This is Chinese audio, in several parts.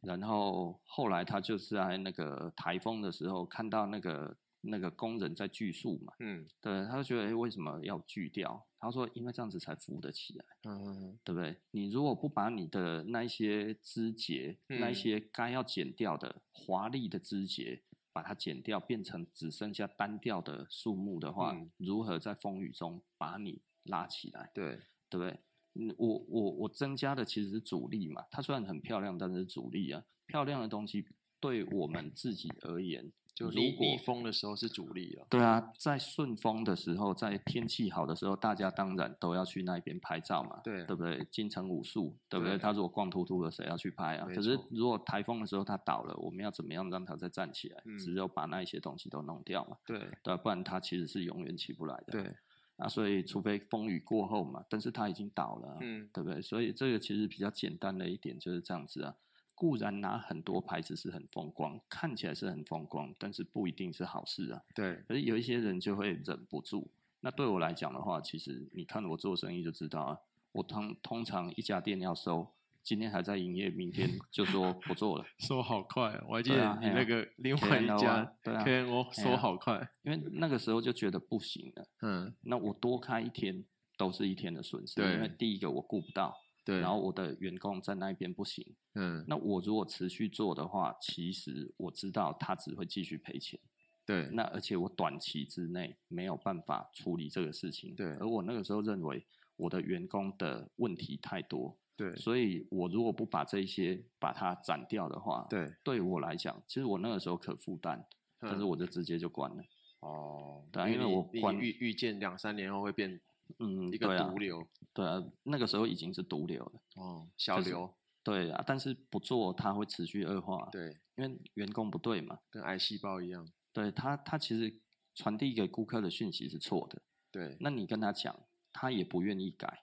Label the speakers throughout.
Speaker 1: 然后后来他就是在那个台风的时候看到那个那个工人在锯树嘛，
Speaker 2: 嗯
Speaker 1: 对，他就觉得诶为什么要锯掉？他说因为这样子才扶得起来，
Speaker 2: 嗯
Speaker 1: 对不对？你如果不把你的那一些枝节、
Speaker 2: 嗯
Speaker 1: 那一些该要剪掉的华丽的枝节，把它剪掉，变成只剩下单调的树木的话，
Speaker 2: 嗯
Speaker 1: 如何在风雨中把你拉起来？
Speaker 2: 对，
Speaker 1: 对不对？嗯，我我我增加的其实是阻力嘛。它虽然很漂亮，但是阻力啊，漂亮的东西对我们自己而言，
Speaker 2: 就
Speaker 1: 如
Speaker 2: 逆
Speaker 1: 果
Speaker 2: 逆风的时候是主力了，
Speaker 1: 对啊，在顺风的时候，在天气好的时候，大家当然都要去那边拍照嘛，
Speaker 2: 对
Speaker 1: 对不对？金城武术，对不对？
Speaker 2: 对
Speaker 1: 他如果光秃秃的，谁要去拍啊？
Speaker 2: 没
Speaker 1: 可是
Speaker 2: 错
Speaker 1: 如果台风的时候它倒了，我们要怎么样让它再站起来？
Speaker 2: 嗯
Speaker 1: 只有把那一些东西都弄掉嘛，
Speaker 2: 对
Speaker 1: 对啊、不然它其实是永远起不来的。
Speaker 2: 对，
Speaker 1: 啊，所以除非风雨过后嘛，但是它已经倒了啊、
Speaker 2: 嗯
Speaker 1: 对不对？所以这个其实比较简单的一点就是这样子啊。固然拿很多牌子是很风光，看起来是很风光，但是不一定是好事啊。
Speaker 2: 对
Speaker 1: 可是有一些人就会忍不住。那对我来讲的话，其实你看我做生意就知道啊，我通通常一家店要收，今天还在营业，明天就说不做了，
Speaker 2: 收好快哦，我还记
Speaker 1: 对
Speaker 2: 得
Speaker 1: 啊
Speaker 2: 你
Speaker 1: 哎呀
Speaker 2: 那个另外一
Speaker 1: KNO
Speaker 2: 家
Speaker 1: 啊对啊
Speaker 2: KNO
Speaker 1: 哎
Speaker 2: 收
Speaker 1: 呀
Speaker 2: 好快，
Speaker 1: 因为那个时候就觉得不行了。
Speaker 2: 嗯
Speaker 1: 那我多开一天都是一天的损失，
Speaker 2: 对
Speaker 1: 因为第一个我顾不到，
Speaker 2: 对，
Speaker 1: 然后我的员工在那边不行。
Speaker 2: 嗯
Speaker 1: 那我如果持续做的话，其实我知道他只会继续赔钱。
Speaker 2: 对
Speaker 1: 那而且我短期之内没有办法处理这个事情。
Speaker 2: 对
Speaker 1: 而我那个时候认为我的员工的问题太多，
Speaker 2: 对
Speaker 1: 所以我如果不把这一些把它斩掉的话，，
Speaker 2: 对，
Speaker 1: 对我来讲，其实我那个时候可负担，但是
Speaker 2: 嗯
Speaker 1: 我就直接就关了。
Speaker 2: 哦，
Speaker 1: 对啊因为
Speaker 2: 你
Speaker 1: 我
Speaker 2: 你
Speaker 1: 管
Speaker 2: 预预见两三年后会变
Speaker 1: 嗯，对
Speaker 2: 一个
Speaker 1: 啊
Speaker 2: 毒，瘤
Speaker 1: 对啊，那个时候已经是毒瘤了。
Speaker 2: 哦，小
Speaker 1: 就是
Speaker 2: 瘤，
Speaker 1: 对啊，但是不做它会持续恶化，
Speaker 2: 对，
Speaker 1: 因为员工不对嘛，
Speaker 2: 跟癌细胞一样，
Speaker 1: 对他他其实传递给顾客的讯息是错的，
Speaker 2: 对，
Speaker 1: 那你跟他讲，他也不愿意改，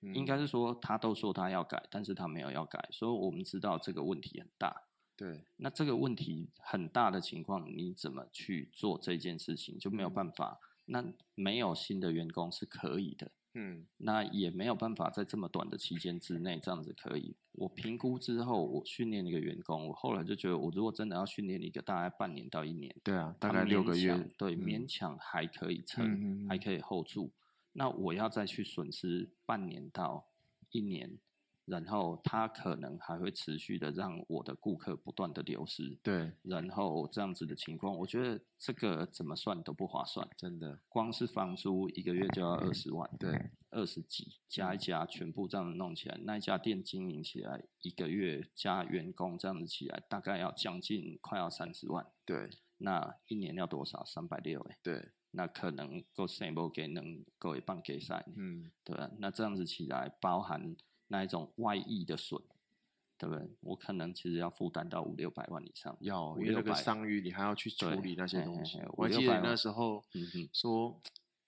Speaker 1: 应
Speaker 2: 嗯
Speaker 1: 该是说他都说他要改，但是他没有要改，所以我们知道这个问题很大。
Speaker 2: 对
Speaker 1: 那这个问题很大的情况，你怎么去做这件事情就没有办法。那没有新的员工是可以的，
Speaker 2: 嗯
Speaker 1: 那也没有办法在这么短的期间之内这样子可以。我评估之后，我训练一个员工，我后来就觉得，我如果真的要训练一个，大概半年到一年，
Speaker 2: 对啊，大
Speaker 1: 他
Speaker 2: 概六
Speaker 1: 勉
Speaker 2: 个月
Speaker 1: 强，对，
Speaker 2: 嗯
Speaker 1: 勉强还可以
Speaker 2: 嗯嗯
Speaker 1: 撑，
Speaker 2: 嗯
Speaker 1: 还可以 hold 住。那我要再去损失半年到一年，然后他可能还会持续的让我的顾客不断的流失，
Speaker 2: 对，
Speaker 1: 然后这样子的情况，我觉得这个怎么算都不划算。
Speaker 2: 真的
Speaker 1: 光是房租一个月就要二十万，
Speaker 2: 对，嗯
Speaker 1: 二十几加一加，全部这样弄起来，那一家店经营起来一个月加员工这样子起来，大概要将近快要三十万。
Speaker 2: 对
Speaker 1: 那一年要多少？三百六哎，
Speaker 2: 对，
Speaker 1: 那可能够 sample 给能够一半给赛，
Speaker 2: 嗯
Speaker 1: 对吧、啊那这样子起来，包含那一种外溢的损，对不对？我可能其实要负担到五六百万以上。
Speaker 2: 要，
Speaker 1: 五
Speaker 2: 因为那
Speaker 1: 六
Speaker 2: 个
Speaker 1: 百
Speaker 2: 商誉你还要去处
Speaker 1: 对
Speaker 2: 理那些
Speaker 1: 嘿
Speaker 2: 东
Speaker 1: 嘿
Speaker 2: 西
Speaker 1: 嘿。
Speaker 2: 我还
Speaker 1: 五六
Speaker 2: 记得
Speaker 1: 百
Speaker 2: 你那
Speaker 1: 万
Speaker 2: 时候
Speaker 1: 嗯哼，
Speaker 2: 说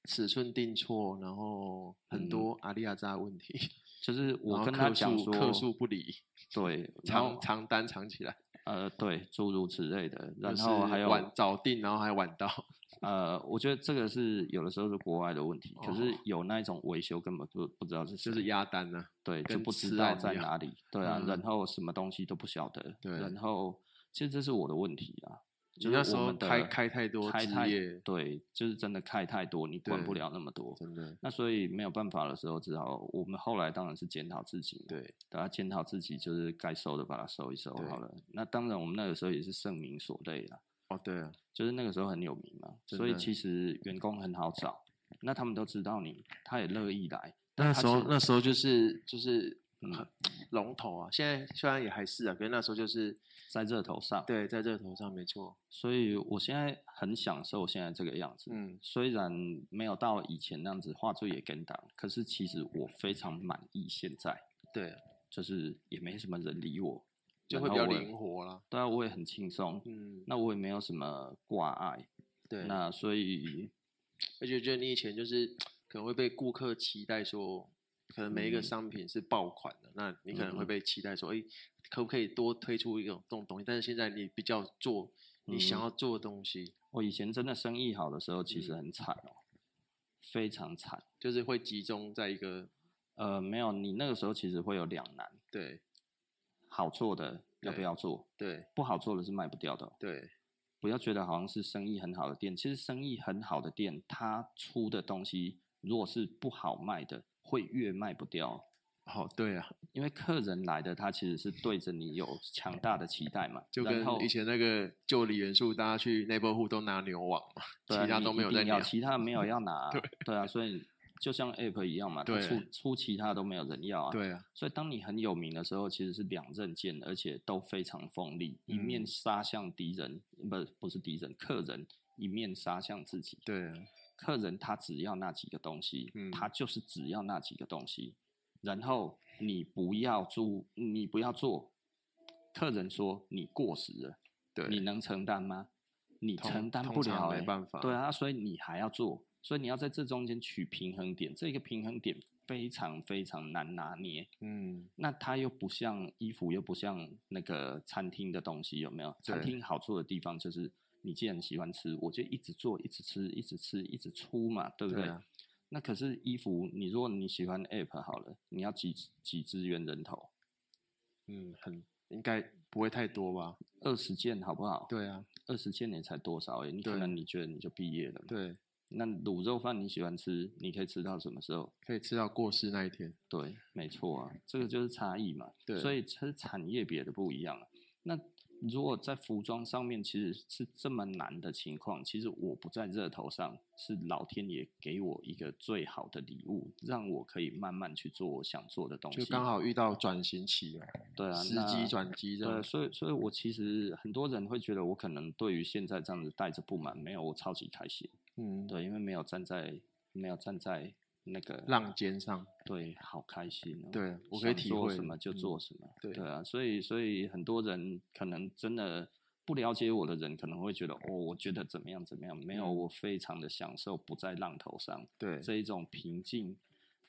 Speaker 2: 尺寸定错，然后很
Speaker 1: 嗯
Speaker 2: 多阿利亚扎的问题，
Speaker 1: 就是我
Speaker 2: 然后
Speaker 1: 跟他
Speaker 2: 客
Speaker 1: 讲
Speaker 2: 诉
Speaker 1: 说，
Speaker 2: 客诉不理，
Speaker 1: 对，然
Speaker 2: 藏
Speaker 1: 后
Speaker 2: 藏单藏起来，
Speaker 1: 呃，对，诸如此类的，然
Speaker 2: 就
Speaker 1: 后
Speaker 2: 是
Speaker 1: 还有
Speaker 2: 晚早定，然后还晚到，
Speaker 1: 呃，我觉得这个是有的时候是国外的问题，可是
Speaker 2: 哦
Speaker 1: 有那一种维修根本不不知道是
Speaker 2: 就
Speaker 1: 谁
Speaker 2: 是压单啊呢。
Speaker 1: 对，就
Speaker 2: 跟
Speaker 1: 不知
Speaker 2: 吃
Speaker 1: 道
Speaker 2: 案
Speaker 1: 在
Speaker 2: 一样
Speaker 1: 哪里。对啊，然
Speaker 2: 嗯
Speaker 1: 后什么东西都不晓得。
Speaker 2: 对
Speaker 1: 然后其实这是我的问题啊，
Speaker 2: 你
Speaker 1: 就
Speaker 2: 那
Speaker 1: 是
Speaker 2: 时
Speaker 1: 我
Speaker 2: 候
Speaker 1: 们的
Speaker 2: 开开太多
Speaker 1: 开
Speaker 2: 枝
Speaker 1: 太
Speaker 2: 叶
Speaker 1: 对，就是真的开太多，你管不
Speaker 2: 对
Speaker 1: 了那么多。
Speaker 2: 真的，
Speaker 1: 那所以没有办法的时候，只好我们后来当然是检讨自己，，
Speaker 2: 对
Speaker 1: 大家检讨自己，就是该收的把它收一收
Speaker 2: 对
Speaker 1: 好了。那当然，我们那个时候也是盛名所累啦，
Speaker 2: 哦对啊，
Speaker 1: 就是那个时候很有名嘛，
Speaker 2: 真
Speaker 1: 所以
Speaker 2: 的
Speaker 1: 其实员工很好找，那他们都知道你，他也乐意来。但
Speaker 2: 那
Speaker 1: 他
Speaker 2: 时候
Speaker 1: 是
Speaker 2: 那时候就是就是
Speaker 1: 嗯
Speaker 2: 很龙头啊，现在虽然也还是啊，可是那时候就是
Speaker 1: 在热头上，
Speaker 2: 对，在这个头上没错，
Speaker 1: 所以我现在很享受现在这个样子。
Speaker 2: 嗯，
Speaker 1: 虽然没有到以前那样子画作也跟档，可是其实我非常满意现在，
Speaker 2: 对，
Speaker 1: 就是也没什么人理我，
Speaker 2: 就会
Speaker 1: 然
Speaker 2: 比
Speaker 1: 后我
Speaker 2: 较
Speaker 1: 也
Speaker 2: 灵。活啦。
Speaker 1: 对啊，我也很轻松，
Speaker 2: 嗯，
Speaker 1: 那我也没有什么挂碍。
Speaker 2: 对，
Speaker 1: 那所以，
Speaker 2: 而且觉得你以前就是可能会被顾客期待说，可能每一个
Speaker 1: 嗯
Speaker 2: 商品是爆款的，那你可能会
Speaker 1: 嗯嗯
Speaker 2: 被期待说，哎、可不可以多推出一种这种东西？但是现在你比较做你
Speaker 1: 嗯
Speaker 2: 想要做的东西，
Speaker 1: 我以前真的生意好的时候，其实很惨
Speaker 2: 嗯
Speaker 1: 哦，非常惨。
Speaker 2: 就是会集中在一个
Speaker 1: 呃，没有，你那个时候其实会有两难，
Speaker 2: 对
Speaker 1: 好做的要不要做，
Speaker 2: 对
Speaker 1: 不好做的是卖不掉的哦。
Speaker 2: 对
Speaker 1: 不要觉得好像是生意很好的店，其实生意很好的店，它出的东西如果是不好卖的，会越卖不掉。
Speaker 2: 好对啊，
Speaker 1: 因为客人来的，他其实是对着你有强大的期待嘛，
Speaker 2: 就
Speaker 1: 然
Speaker 2: 跟
Speaker 1: 后
Speaker 2: 以前那个旧李元素，大家去内部户都拿牛网嘛，
Speaker 1: 对啊
Speaker 2: 其他
Speaker 1: 你
Speaker 2: 都没
Speaker 1: 一
Speaker 2: 有
Speaker 1: 定
Speaker 2: 在
Speaker 1: 要，
Speaker 2: 量
Speaker 1: 其他的没有 要拿啊、对啊，所以就像 App 一样嘛，它
Speaker 2: 对
Speaker 1: 出出其他的都没有人要啊，
Speaker 2: 对啊，
Speaker 1: 所以当你很有名的时候，其实是两刃剑，而且都非常锋利，一面
Speaker 2: 嗯
Speaker 1: 杀向敌人，不不是敌人，客人，一面杀向自己，
Speaker 2: 对啊，
Speaker 1: 客人他只要那几个东西，
Speaker 2: 嗯
Speaker 1: 他就是只要那几个东西。然后你不要做，你不要做。客人说你过时了，
Speaker 2: 对，
Speaker 1: 你能承担吗？你
Speaker 2: 通
Speaker 1: 承担
Speaker 2: 通
Speaker 1: 不了、
Speaker 2: 常
Speaker 1: 欸，
Speaker 2: 没办法
Speaker 1: 对啊，所以你还要做，所以你要在这中间取平衡点，这个平衡点非常非常难拿捏。
Speaker 2: 嗯
Speaker 1: 那它又不像衣服，又不像那个餐厅的东西，有没有？餐
Speaker 2: 对
Speaker 1: 厅好做的地方就是，你既然喜欢吃，我就一直做，一直吃，一直吃，一直出嘛，对不对？
Speaker 2: 对啊
Speaker 1: 那可是衣服，你如果你喜欢 App 好了，你要几几支原人头，
Speaker 2: 嗯，很应该不会太多吧？
Speaker 1: 二十件好不好？，
Speaker 2: 对啊，
Speaker 1: 二十件也才多少欸而已，你可
Speaker 2: 对
Speaker 1: 能你觉得你就毕业了嘛。
Speaker 2: 对，
Speaker 1: 那卤肉饭你喜欢吃，你可以吃到什么时候？
Speaker 2: 可以吃到过世那一天，
Speaker 1: 对，没错啊，这个就是差异嘛。
Speaker 2: 嗯对
Speaker 1: 所以它是产业别的不一样啊。那如果在服装上面其实是这么难的情况，其实我不在热头上，是老天爷给我一个最好的礼物，让我可以慢慢去做我想做的东西。
Speaker 2: 就刚好遇到转型期了，
Speaker 1: 对啊，
Speaker 2: 时
Speaker 1: 那
Speaker 2: 机转机这
Speaker 1: 对，啊
Speaker 2: 样，
Speaker 1: 所以所以我其实很多人会觉得我可能对于现在这样子带着不满，没有，我超级开心。
Speaker 2: 嗯，
Speaker 1: 对，因为没有站在没有站在那个
Speaker 2: 浪尖上，
Speaker 1: 对，好开心哦！
Speaker 2: 对我可以
Speaker 1: 想
Speaker 2: 体
Speaker 1: 做
Speaker 2: 会
Speaker 1: 什么就
Speaker 2: 嗯
Speaker 1: 做什么。
Speaker 2: 对
Speaker 1: 啊，所以所以很多人可能真的不了解我的人，可能会觉得哦，我觉得怎么样怎么样，没有，
Speaker 2: 嗯
Speaker 1: 我非常的享受不在浪头上
Speaker 2: 对
Speaker 1: 这一种平静、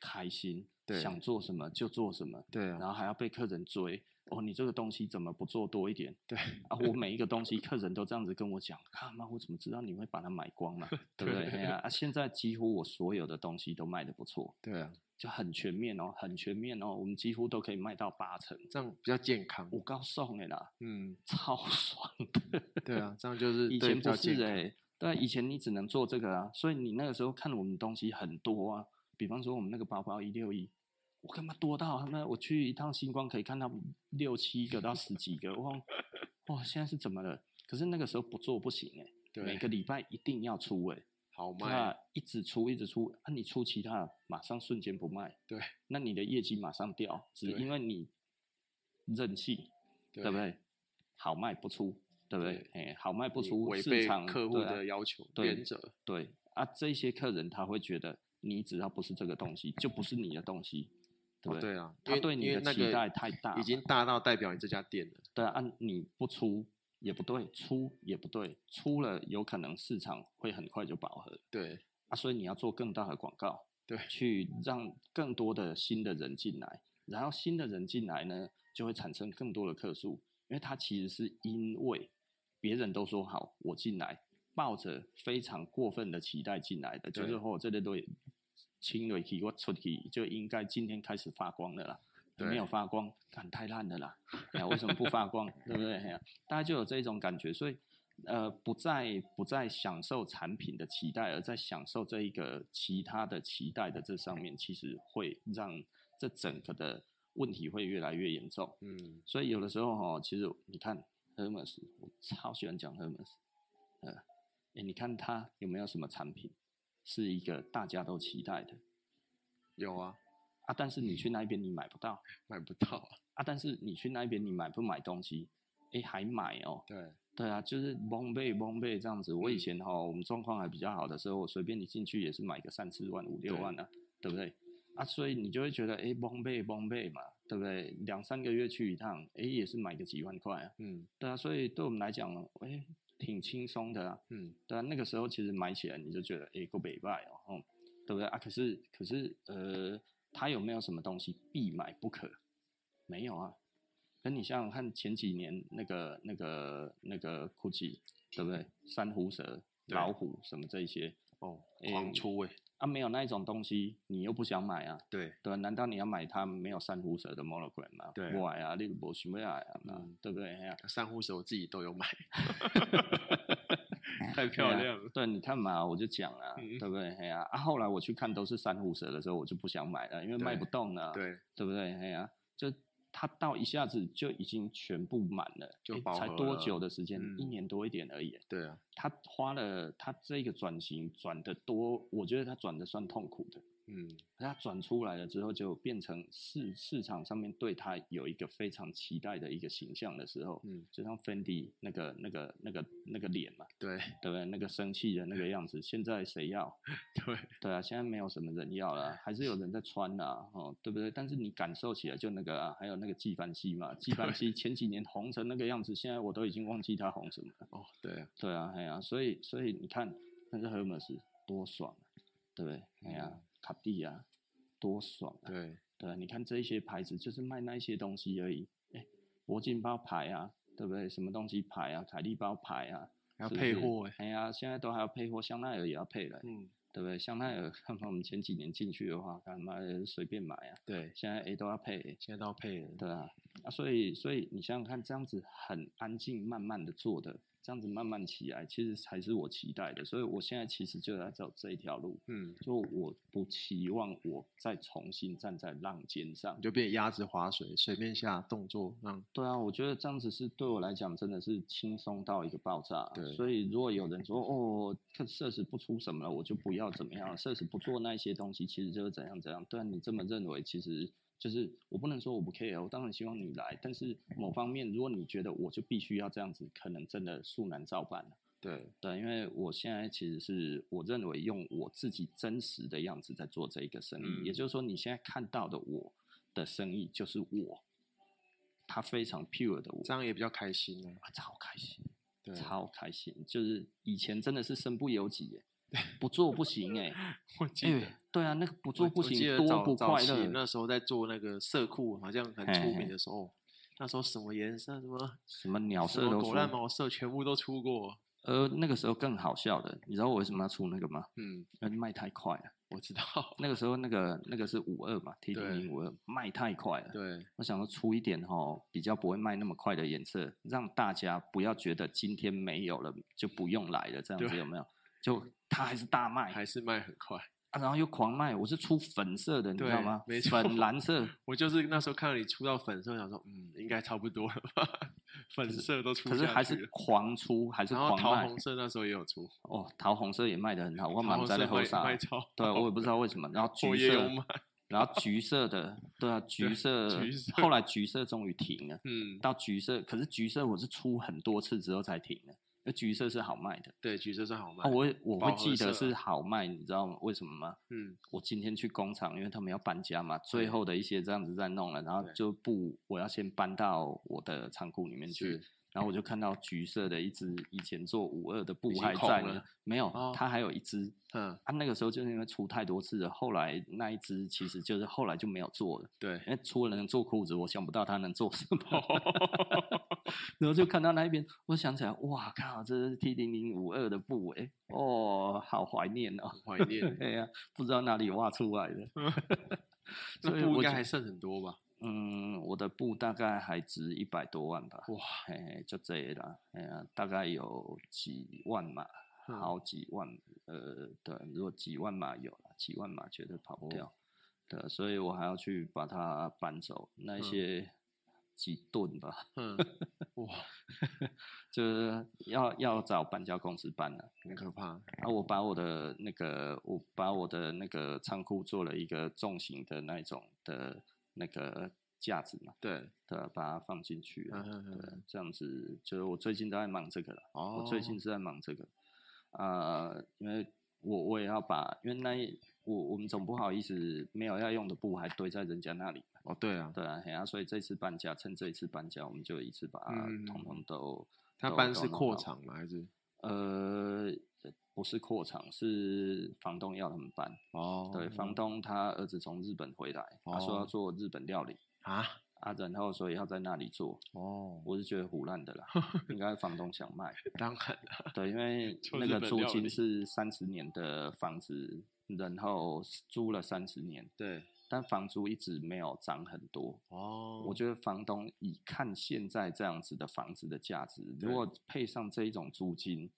Speaker 1: 开心，
Speaker 2: 对
Speaker 1: 想做什么就做什么，
Speaker 2: 对
Speaker 1: 然
Speaker 2: 啊，
Speaker 1: 后还要被客人追。哦，你这个东西怎么不做多一点
Speaker 2: 对
Speaker 1: 啊？我每一个 东西，客人都这样子跟我讲，啊妈，我怎么知道你会把它买光 嘛？对不对？哎呀、啊，现在几乎我所有的东西都卖的不错，
Speaker 2: 对啊，
Speaker 1: 就很全面哦，很全面哦，我们几乎都可以卖到八成，
Speaker 2: 这样比较健康，
Speaker 1: 我告诉你啦，
Speaker 2: 嗯，
Speaker 1: 超爽的。
Speaker 2: 对啊，这 样就是
Speaker 1: 以前
Speaker 2: 对比
Speaker 1: 不
Speaker 2: 较
Speaker 1: 是
Speaker 2: 健
Speaker 1: 哎、
Speaker 2: 康，
Speaker 1: 对啊，以前你只能做这个啊，所以你那个时候看我们东西很多啊，比方说我们那个包包一六一，我干嘛多到他妈我去一趟星光可以看到六七个到十几个，哇哇，现在是怎么了？可是那个时候不做不行哎、每
Speaker 2: 对，
Speaker 1: 个礼拜一定要出哎、
Speaker 2: 好卖
Speaker 1: 那，一直出一直出，啊，你出其他的马上瞬间不卖，
Speaker 2: 对，
Speaker 1: 那你的业绩马上掉，只
Speaker 2: 对
Speaker 1: 因为你任性，对不对？好卖不出，对不对？哎，好卖不
Speaker 2: 你
Speaker 1: 出，
Speaker 2: 违
Speaker 1: 市
Speaker 2: 背
Speaker 1: 场
Speaker 2: 客户
Speaker 1: 对啊
Speaker 2: 的要求
Speaker 1: 对
Speaker 2: 原则，
Speaker 1: 对啊，这些客人他会觉得你只要不是这个东西，就不是你的东西，对
Speaker 2: 哦
Speaker 1: 不对？
Speaker 2: 对啊，
Speaker 1: 他
Speaker 2: 因为
Speaker 1: 对你
Speaker 2: 因为
Speaker 1: 的
Speaker 2: 那
Speaker 1: 期
Speaker 2: 个
Speaker 1: 待太大
Speaker 2: 已经大到代表你这家店了，
Speaker 1: 对啊，啊你不出也不对，出也不对，出了有可能市场会很快就饱和。
Speaker 2: 对
Speaker 1: 啊，所以你要做更大的广告，
Speaker 2: 对
Speaker 1: 去让更多的新的人进来，然后新的人进来呢，就会产生更多的客数，因为他其实是因为别人都说好，我进来，抱着非常过分的期待进来的，就是
Speaker 2: 对
Speaker 1: 说哦我这类都清水期我出去就应该今天开始发光了啦。没
Speaker 2: 对
Speaker 1: 有发光，干太烂了啦！哎呀，为什么不发光？ 对不对？哎呀，大家就有这种感觉，所以呃，不再不再享受产品的期待，而在享受这一个其他的期待的这上面，其实会让这整个的问题会越来越严重。
Speaker 2: 嗯，
Speaker 1: 所以有的时候哈、其实你看 Hermes，我超喜欢讲 Hermes，呃，诶你看它有没有什么产品是一个大家都期待的
Speaker 2: 有啊，
Speaker 1: 啊？但是你去那边你买不到
Speaker 2: 买不到啊，
Speaker 1: 啊，但是你去那边你买不买东西？诶，还买哦，
Speaker 2: 对
Speaker 1: 对啊，就是蒙贝蒙贝这样子。我以
Speaker 2: 嗯
Speaker 1: 前哈，我们状况还比较好的时候，我随便你进去也是买个三四万、五六
Speaker 2: 对
Speaker 1: 万啊，对不对？啊，所以你就会觉得，哎，蒙贝蒙贝嘛，对不对？两三个月去一趟，哎，也是买个几万块啊，
Speaker 2: 嗯
Speaker 1: 对啊。所以对我们来讲，哎，挺轻松的啊，
Speaker 2: 嗯，
Speaker 1: 对啊。那个时候其实买起来你就觉得，哎，够北拜哦，嗯，对不对啊？可是可是呃，它有没有什么东西必买不可？没有啊。跟你想想看，前几年那个、那个、那个 GUCCI，对不对？珊瑚蛇、
Speaker 2: 对
Speaker 1: 老虎什么这一些，
Speaker 2: 哦，
Speaker 1: 诶
Speaker 2: 狂出位，
Speaker 1: 啊，没有那一种东西，你又不想买啊，
Speaker 2: 对，
Speaker 1: 对，难道你要买它没有珊瑚蛇的 monogram 吗？
Speaker 2: 对啊
Speaker 1: 不买啊，你无想要买啊，
Speaker 2: 嗯
Speaker 1: 对不对？哎呀、
Speaker 2: 珊瑚蛇我自己都有买， 太漂
Speaker 1: 对啊
Speaker 2: 亮了，
Speaker 1: 对，你看嘛，我就讲啊，
Speaker 2: 嗯
Speaker 1: 对不对？哎呀、啊，后来我去看都是珊瑚蛇的时候，我就不想买了，因为卖
Speaker 2: 对
Speaker 1: 不动了，
Speaker 2: 对，
Speaker 1: 对不对？哎呀、就它到一下子就已经全部满了，
Speaker 2: 就
Speaker 1: 诶
Speaker 2: 饱
Speaker 1: 才
Speaker 2: 和
Speaker 1: 多
Speaker 2: 了
Speaker 1: 久的时间？一
Speaker 2: 嗯
Speaker 1: 年多一点而已。
Speaker 2: 对啊，
Speaker 1: 他花了他这个转型转的多，我觉得他转的算痛苦的。
Speaker 2: 嗯，
Speaker 1: 他转出来了之后，就变成市市场上面对他有一个非常期待的一个形象的时候，
Speaker 2: 嗯，
Speaker 1: 就像 Fendi 那个那个那个那个脸嘛，
Speaker 2: 对
Speaker 1: 对不对？那个生气的那个样子，现在谁要？
Speaker 2: 对，
Speaker 1: 对啊，现在没有什么人要了，还是有人在穿啦、哦，对不对？但是你感受起来就那个啊，还有那个纪梵希嘛，纪梵希前几年红成那个样子，现在我都已经忘记他红什么了。
Speaker 2: 哦，对啊，
Speaker 1: 对啊，哎呀、所以所以你看，那个 Hermes 多爽啊，对不对？哎呀、
Speaker 2: 嗯
Speaker 1: 卡地亚多爽啊，
Speaker 2: 对，
Speaker 1: 对啊，你看这一些牌子就是卖那一些东西而已，哎，铂金包牌啊，对不对？什么东西牌啊，凯利包牌啊，
Speaker 2: 还要
Speaker 1: 是不
Speaker 2: 配
Speaker 1: 是
Speaker 2: 货哎，
Speaker 1: 哎呀、现在都还要配货，香奈儿也要配了，
Speaker 2: 嗯，
Speaker 1: 对不对？香奈儿， 看我们前几年进去的话，干嘛随便买啊，
Speaker 2: 对，
Speaker 1: 现在 A 都要配，欸
Speaker 2: 现在都要配了，
Speaker 1: 对啊，啊，所以所以你想想看，这样子很安静，慢慢的做的，这样子慢慢起来，其实才是我期待的。所以我现在其实就在走这一条路，
Speaker 2: 嗯，
Speaker 1: 就我不期望我再重新站在浪尖上
Speaker 2: 你。就变鸭子划水，随便下动作让，
Speaker 1: 对啊，我觉得这样子是对我来讲真的是轻松到一个爆炸。
Speaker 2: 对
Speaker 1: 所以如果有人说哦，看社死不出什么了，我就不要怎么样，社死不做那一些东西，其实就是怎样怎样。对啊，你这么认为，其实就是我不能说我不 care，我当然希望你来，但是某方面，如果你觉得我就必须要这样子，可能真的恕难照办了。
Speaker 2: 对，
Speaker 1: 对，因为我现在其实是我认为用我自己真实的样子在做这一个生意，
Speaker 2: 嗯
Speaker 1: 也就是说，你现在看到的我的生意就是我，他非常 pure 的我，
Speaker 2: 这样也比较开心啊，
Speaker 1: 啊超开心，
Speaker 2: 对，
Speaker 1: 超开心，就是以前真的是身不由己 耶，不做不行哎，
Speaker 2: 我记
Speaker 1: 哎、
Speaker 2: 得。
Speaker 1: 对啊，那个不
Speaker 2: 我
Speaker 1: 做不
Speaker 2: 我记
Speaker 1: 行，
Speaker 2: 得
Speaker 1: 多
Speaker 2: 早
Speaker 1: 不
Speaker 2: 早
Speaker 1: 快
Speaker 2: 期
Speaker 1: 乐，
Speaker 2: 那时候在做那个色库，好像很
Speaker 1: 嘿
Speaker 2: 出
Speaker 1: 嘿
Speaker 2: 名的时候，那时候什么颜色什么
Speaker 1: 什么鸟
Speaker 2: 什
Speaker 1: 色
Speaker 2: 么
Speaker 1: 都
Speaker 2: 狗
Speaker 1: 出，
Speaker 2: 烂毛色全部都出过。
Speaker 1: 呃，那个时候更好笑的，你知道我为什么要出那个吗？
Speaker 2: 嗯，
Speaker 1: 因为卖太快了。
Speaker 2: 我知道。
Speaker 1: 那个时候，那个那个是五二嘛，T 零
Speaker 2: 对
Speaker 1: 零五二卖太快了，
Speaker 2: 对
Speaker 1: 我想说出一点哦，比较不会卖那么快的颜色，让大家不要觉得今天没有了就不用来了，这样子
Speaker 2: 对
Speaker 1: 有没有？就它还是大卖，
Speaker 2: 还是卖很快。
Speaker 1: 啊、然后又狂卖，我是出粉色的，你知道
Speaker 2: 对
Speaker 1: 吗？
Speaker 2: 没
Speaker 1: 粉
Speaker 2: 错
Speaker 1: 蓝色，
Speaker 2: 我就是那时候看到你出到粉色，我想说，嗯，应该差不多了吧，粉色都出
Speaker 1: 可是
Speaker 2: 下
Speaker 1: 还
Speaker 2: 去
Speaker 1: 是
Speaker 2: 了。
Speaker 1: 狂出，还是
Speaker 2: 然后
Speaker 1: 狂
Speaker 2: 桃
Speaker 1: 卖
Speaker 2: 红。色那时候也有出，
Speaker 1: 哦，桃红色也卖的很好，我
Speaker 2: 桃
Speaker 1: 满
Speaker 2: 红
Speaker 1: 在
Speaker 2: 色
Speaker 1: 的后
Speaker 2: 卖
Speaker 1: 上
Speaker 2: 卖，超，
Speaker 1: 对我也不知道为什么。然后橘
Speaker 2: 我也有
Speaker 1: 色，
Speaker 2: 买。
Speaker 1: 然后橘色的，对啊，橘
Speaker 2: 对
Speaker 1: 色
Speaker 2: 橘色，
Speaker 1: 后来橘色终于停了。
Speaker 2: 嗯，
Speaker 1: 到橘色，可是橘色我是出很多次之后才停的，而橘色是好卖的。
Speaker 2: 对，橘色算好卖。
Speaker 1: 啊，我会我会
Speaker 2: 饱和
Speaker 1: 记得
Speaker 2: 色
Speaker 1: 是好卖，你知道吗为什么吗？
Speaker 2: 嗯，
Speaker 1: 我今天去工厂，因为他们要搬家嘛，最
Speaker 2: 对
Speaker 1: 后的一些这样子在弄了，然后
Speaker 2: 对
Speaker 1: 就布我要先搬到我的仓库里面去
Speaker 2: 是，
Speaker 1: 然后我就看到橘色的一只以前做五二的布
Speaker 2: 已经
Speaker 1: 还
Speaker 2: 空
Speaker 1: 在
Speaker 2: 了
Speaker 1: 呢，没有
Speaker 2: 哦，
Speaker 1: 它还有一只。
Speaker 2: 嗯，
Speaker 1: 啊，那个时候就是因为出太多次了，后来那一只其实就是后来就没有做了。
Speaker 2: 对，
Speaker 1: 哎，除了能做裤子，我想不到他能做什么。然后就看到那一边，我想起来，哇靠，这是 T 零零五二的布哎、哦，好怀念哦。
Speaker 2: 怀 念。
Speaker 1: 哎呀、不知道哪里挖出来的。
Speaker 2: 那
Speaker 1: 所以
Speaker 2: 嗯布应
Speaker 1: 我
Speaker 2: 该
Speaker 1: 觉
Speaker 2: 还剩很多吧？
Speaker 1: 嗯，我的布大概还值一百多万吧，
Speaker 2: 哇，
Speaker 1: 嘿嘿，就这样啦。哎呀、大概有几万码，
Speaker 2: 嗯
Speaker 1: 好几万，呃，对，如果几万码有了，几万码绝对跑不
Speaker 2: 哦
Speaker 1: 掉。对，啊所以我还要去把它搬走，那一
Speaker 2: 嗯
Speaker 1: 些几吨吧。
Speaker 2: 嗯，哇，
Speaker 1: 就是要要找搬家公司搬了、啊。
Speaker 2: 很可怕。
Speaker 1: 我把我的那个，我把我的那个仓库做了一个重型的那一种的那个架子嘛，
Speaker 2: 对，
Speaker 1: 对吧，把它放进去了。啊
Speaker 2: 嗯嗯嗯
Speaker 1: 对，这样子就是我最近都在忙这个了。
Speaker 2: 哦，
Speaker 1: 我最近是在忙这个，啊、因为我我也要把，因为那一我我们总不好意思没有要用的布还堆在人家那里嘛。
Speaker 2: 哦，对啊，
Speaker 1: 对啊，嘿啊，所以这次搬家，趁这一次搬家，我们就一次把它
Speaker 2: 嗯嗯
Speaker 1: 统统
Speaker 2: 嗯
Speaker 1: 都。
Speaker 2: 他
Speaker 1: 都
Speaker 2: 搬
Speaker 1: 都
Speaker 2: 是
Speaker 1: 弄
Speaker 2: 扩
Speaker 1: 好
Speaker 2: 厂吗？还是
Speaker 1: 呃，不是扩厂，是房东要他们搬。
Speaker 2: 哦
Speaker 1: 对，房东他儿子从日本回来，他说要做日本料理
Speaker 2: 啊？
Speaker 1: 啊，然后所以要在那里做，
Speaker 2: 哦，
Speaker 1: 我是觉得胡乱 的啦，应该房东想卖，
Speaker 2: 当然了，
Speaker 1: 对，因 为
Speaker 3: 就
Speaker 1: 那
Speaker 3: 日
Speaker 1: 个
Speaker 3: 本
Speaker 1: 租
Speaker 3: 料理
Speaker 1: 金是三十年的房子，然后租了三十年，
Speaker 2: 对，
Speaker 1: 但房租一直没有涨很多。
Speaker 2: 哦，
Speaker 1: 我觉得房东以看现在这样子的房子的价值，
Speaker 2: 对
Speaker 1: 如果配上这一种租金，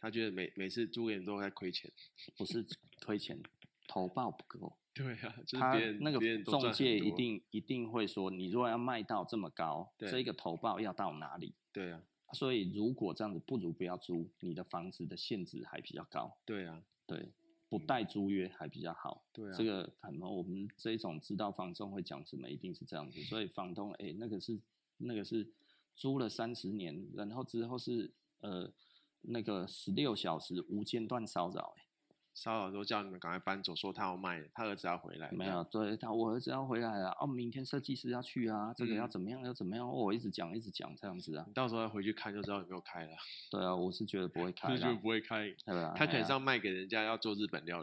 Speaker 2: 他觉得每每次租给你都在亏钱，
Speaker 1: 不是亏钱，投报不够。
Speaker 2: 对啊，就是
Speaker 1: 他
Speaker 2: 别人
Speaker 1: 那个
Speaker 2: 别人都
Speaker 1: 中
Speaker 2: 赚很
Speaker 1: 介一
Speaker 2: 多
Speaker 1: 定一定会说，你如果要卖到这么高，
Speaker 2: 对
Speaker 1: 这个投报要到哪里？
Speaker 2: 对啊，
Speaker 1: 所以如果这样子，不如不要租，你的房子的限值还比较高，
Speaker 2: 对啊，
Speaker 1: 对，不带租约还比较好。
Speaker 2: 对啊，
Speaker 1: 这个很多我们这一种知道房东会讲什么，一定是这样子。所以房东，哎、那个是那个是租了三十年，然后之后是呃那个十六小时无间断骚扰、诶
Speaker 2: 骚扰都叫你们赶快搬走，说他要卖了，他儿子要回来，
Speaker 1: 没
Speaker 2: 这
Speaker 1: 有，
Speaker 2: 样，
Speaker 1: 对他我儿子要回来了，哦，明天设计师要去啊，这个要
Speaker 2: 嗯
Speaker 1: 怎么样、要怎么样，哦我一直讲一直讲这样子啊
Speaker 2: 你，到时候要回去看就知道有没有开了，
Speaker 1: 对啊，我是觉得不会开
Speaker 3: 那就
Speaker 1: 啦，
Speaker 3: 不会开。
Speaker 1: 对吧？
Speaker 2: 他可能
Speaker 1: 哎
Speaker 2: 是
Speaker 1: 呀
Speaker 2: 要卖给人家要做日本料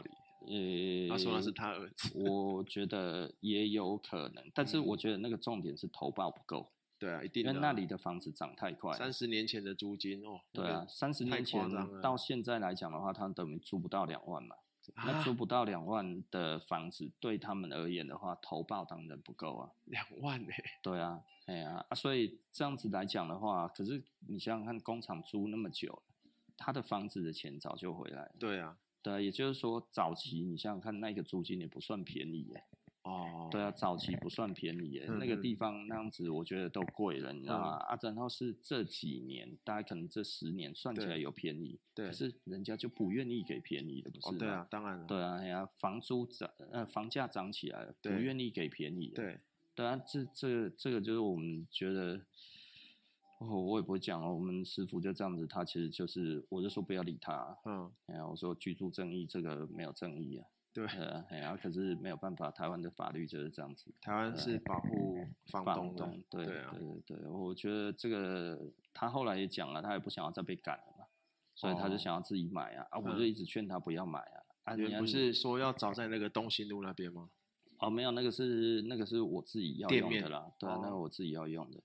Speaker 1: 呃，
Speaker 2: 理，他说那是他儿子，
Speaker 1: 我觉得也有可能，但是我
Speaker 2: 嗯
Speaker 1: 觉得那个重点是投报不够，
Speaker 2: 对啊，一定
Speaker 1: 因为
Speaker 2: 的
Speaker 1: 那
Speaker 2: 啊，
Speaker 1: 里的房子涨太快了，
Speaker 2: 三十年前的租金哦，那
Speaker 1: 对啊
Speaker 2: 个，
Speaker 1: 三十
Speaker 2: 太
Speaker 1: 年
Speaker 2: 夸
Speaker 1: 前
Speaker 2: 张了
Speaker 1: 到现在来讲的话，他们等于租不到两万嘛。那
Speaker 2: 啊
Speaker 1: 租不到两万的房子，对他们而言的话，投报当然不够啊。
Speaker 2: 两万呢，
Speaker 1: 对啊，哎呀、啊，所以这样子来讲的话，可是你想想看，工厂租那么久了，他的房子的钱早就回来了。
Speaker 2: 对啊，
Speaker 1: 对啊、也就是说，早期你想想看，那个租金也不算便宜耶、
Speaker 2: 哦，
Speaker 1: 对啊，早期不算便宜耶、
Speaker 2: 嗯
Speaker 1: 那个
Speaker 2: 嗯
Speaker 1: 地方那样子，我觉得都贵了，你知道吗？啊，然后是这几年，大概可能这十年算起
Speaker 2: 对
Speaker 1: 来有便宜，
Speaker 2: 对
Speaker 1: 可是人家就不愿意给便宜的，不是、
Speaker 2: 哦，对啊，，当然了，
Speaker 1: 对啊，哎呀、房租涨，呃，房价涨起来了，不
Speaker 2: 对
Speaker 1: 愿意给便宜。，
Speaker 2: 对，
Speaker 1: 对啊，这这个这个就是我们觉得。哦，我也不会讲哦。我们师傅就这样子，他其实就是，我就说不要理他。
Speaker 2: 嗯，
Speaker 1: 哎呀，我说居住正义这个没有正义啊。
Speaker 2: 对，
Speaker 1: 对啊，哎呀，可是没有办法，台湾的法律就是这样子。
Speaker 2: 台湾是保护房
Speaker 1: 房
Speaker 2: 的
Speaker 1: 东，，对
Speaker 2: 对啊，
Speaker 1: 对对，我觉得这个他后来也讲了，他也不想要再被赶了嘛，所以他
Speaker 2: 哦
Speaker 1: 就想要自己买啊，啊，我就
Speaker 2: 嗯
Speaker 1: 一直劝他不要买啊，啊，
Speaker 2: 你
Speaker 1: 你
Speaker 2: 们
Speaker 1: 啊
Speaker 2: 不是说要找在那个东兴路那 边吗？
Speaker 1: 哦，没有，那个是那个是我自己要
Speaker 2: 店
Speaker 1: 用的
Speaker 2: 面
Speaker 1: 啦，对啊，那
Speaker 2: 哦
Speaker 1: 个我自己要用的，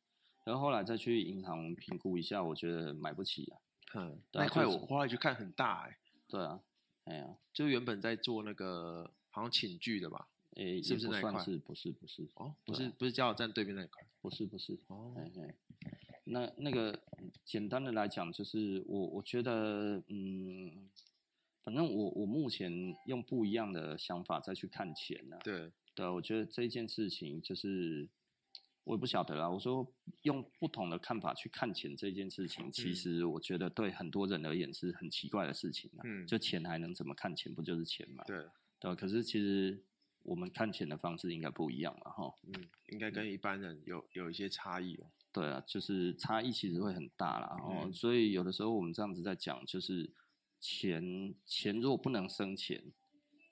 Speaker 1: 然后后来再去银行评估一下，我觉得买不起啊，
Speaker 2: 嗯，
Speaker 1: 对啊
Speaker 2: 那块
Speaker 1: 就
Speaker 2: 我
Speaker 1: 是
Speaker 2: 花去看很大哎，
Speaker 1: 对啊，哎呀，
Speaker 2: 就原本在做那个好像寝具的吧？
Speaker 1: 诶，
Speaker 2: 是
Speaker 1: 也
Speaker 2: 不是
Speaker 1: 不
Speaker 2: 那一
Speaker 1: 算
Speaker 2: 块
Speaker 1: 是，不是不是
Speaker 2: 哦，不
Speaker 1: 对
Speaker 2: 是
Speaker 1: 啊
Speaker 2: 不是加油站对面那一块
Speaker 1: 不是不是，
Speaker 2: 哦，
Speaker 1: 哎哎，那那个简单的来讲，就是我我觉得，嗯，反正我我目前用不一样的想法再去看钱呢、啊。
Speaker 2: 对，
Speaker 1: 对啊，我觉得这件事情就是我也不晓得啦。我说用不同的看法去看钱这件事情，其
Speaker 2: 嗯
Speaker 1: 实我觉得对很多人而言是很奇怪的事情啊。
Speaker 2: 嗯
Speaker 1: 就钱还能怎么看钱？不就是钱嘛？
Speaker 2: 对，
Speaker 1: 对啊，可是其实我们看钱的方式应该不一样嘛，哈。
Speaker 2: 嗯，应该跟一般人有有一些差异哦。
Speaker 1: 对啊，就是差异其实会很大啦。哦，
Speaker 2: 嗯
Speaker 1: 所以有的时候我们这样子在讲，就是钱钱如果不能生钱，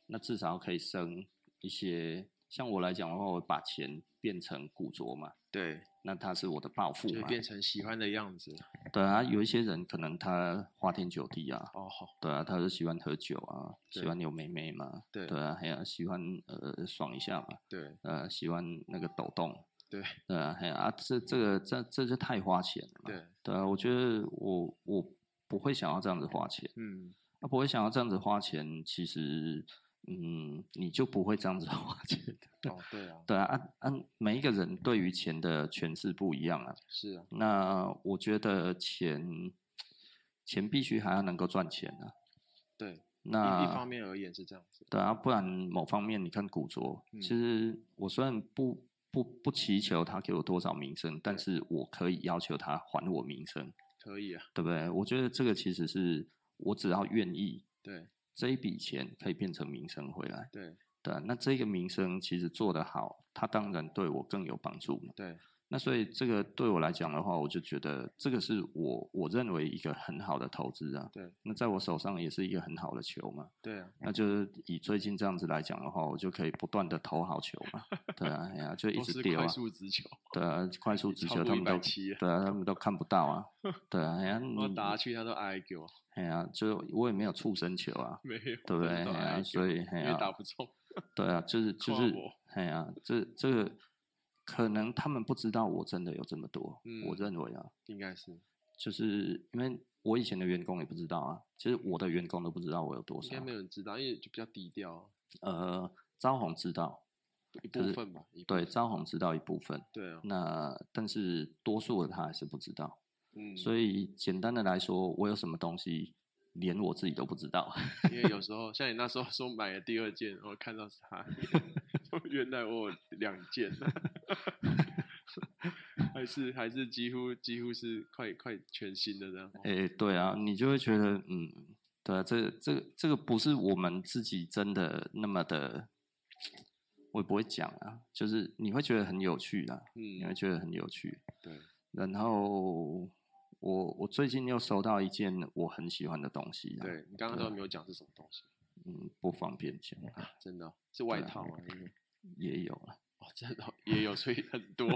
Speaker 1: 那至少可以生一些。像我来讲的话，我把钱变成古着嘛，
Speaker 2: 对，
Speaker 1: 那它是我的暴富
Speaker 2: 就
Speaker 1: 嘛。
Speaker 2: 变成喜欢的样 子
Speaker 1: 对啊，有一些人可能他花天酒地啊，
Speaker 2: 哦。
Speaker 1: 对啊，他就喜欢喝酒啊，喜
Speaker 2: 对
Speaker 1: 欢有妹妹嘛，
Speaker 2: 对
Speaker 1: 对啊，还有、喜欢呃爽一下嘛，
Speaker 2: 对
Speaker 1: 呃喜欢那个抖动，
Speaker 2: 对
Speaker 1: 对啊，还有啊这这个这这就太花钱了嘛。
Speaker 2: 对，
Speaker 1: 对啊，我觉得我我不会想要这样子花钱，
Speaker 2: 嗯，
Speaker 1: 啊，不会想要这样子花钱，其实，嗯，你就不会这样子花钱。
Speaker 2: 哦，对啊，
Speaker 1: 对啊，啊啊，每一个人对于钱的诠释不一样啊。
Speaker 2: 是啊，
Speaker 1: 那我觉得钱，钱必须还要能够赚钱啊。
Speaker 2: 对，一
Speaker 1: 那
Speaker 2: 一方面而言是这样子，
Speaker 1: 对啊，不然某方面你看古着，
Speaker 2: 嗯
Speaker 1: 其实我虽然不不不祈求他给我多少名声，但
Speaker 2: 对
Speaker 1: 是我可以要求他还我名声。
Speaker 2: 可以啊，
Speaker 1: 对不对？我觉得这个其实是我只要愿意，
Speaker 2: 对
Speaker 1: 这一笔钱可以变成名声回来，
Speaker 2: 对
Speaker 1: 对啊、那这个名声其实做得好，它当然对我更有帮助嘛。
Speaker 2: 对，
Speaker 1: 那所以这个对我来讲的话，我就觉得这个是我我认为一个很好的投资啊。
Speaker 2: 对
Speaker 1: 那在我手上也是一个很好的球嘛。
Speaker 2: 对啊，
Speaker 1: 那就是以最近这样子来讲的话，我就可以不断的投好球 嘛。对啊，哎呀、就一
Speaker 2: 都
Speaker 1: 直
Speaker 2: 是
Speaker 1: 丢啊
Speaker 2: 快。速直球，
Speaker 1: 对啊，快速直
Speaker 2: 超
Speaker 1: 球
Speaker 2: 过
Speaker 1: 他们都
Speaker 2: 170啊
Speaker 1: 对啊，他们都看不到 啊。对啊，哎呀、
Speaker 2: 我
Speaker 1: 你
Speaker 2: 打下去他都挨给我，
Speaker 1: 哎呀，就我也没有畜生球啊，
Speaker 2: 没有，
Speaker 1: 对不对
Speaker 2: 真的都
Speaker 1: 嘿啊
Speaker 2: 挨给我
Speaker 1: 所以嘿
Speaker 2: 因为
Speaker 1: 啊
Speaker 2: 打不中，
Speaker 1: 对啊，就是就
Speaker 2: 跨
Speaker 1: 是
Speaker 2: 博，
Speaker 1: 哎呀，这这个可能他们不知道我真的有这么多，
Speaker 2: 嗯
Speaker 1: 我认为啊，
Speaker 2: 应该是
Speaker 1: 就是因为我以前的员工也不知道啊，其实我的员工都不知道我有多
Speaker 2: 应
Speaker 1: 少
Speaker 2: 该。没有人知道，因为就比较低调
Speaker 1: 呃，招红知道，
Speaker 2: 一
Speaker 1: 就
Speaker 2: 部
Speaker 1: 是
Speaker 2: 分吧，一部
Speaker 1: 对，
Speaker 2: 分
Speaker 1: 招红知道一部分，
Speaker 2: 对啊，
Speaker 1: 那但是多数的他还是不知道。
Speaker 2: 嗯，
Speaker 1: 所以简单的来说，我有什么东西连我自己都不知道。
Speaker 2: 因为有时候像你那时候 说买了第二件，我看到是他， 原来我有两件， 还是还是几乎几乎是快快全新的这样。
Speaker 1: 诶、对啊，你就会觉得，嗯，对啊，这这个这个不是我们自己真的那么的，我也不会讲啊，就是你会觉得很有趣啊，你会
Speaker 2: 嗯，
Speaker 1: 觉得很有趣。
Speaker 2: 对，
Speaker 1: 然后我我最近又收到一件我很喜欢的东西、啊，，
Speaker 2: 对你刚刚都没有讲是什么东西，
Speaker 1: 嗯，不方便讲啊，
Speaker 2: 真的哦、是外
Speaker 1: 对啊
Speaker 2: 套吗？还是
Speaker 1: 也有了
Speaker 2: 哦，真的哦也有，所以很多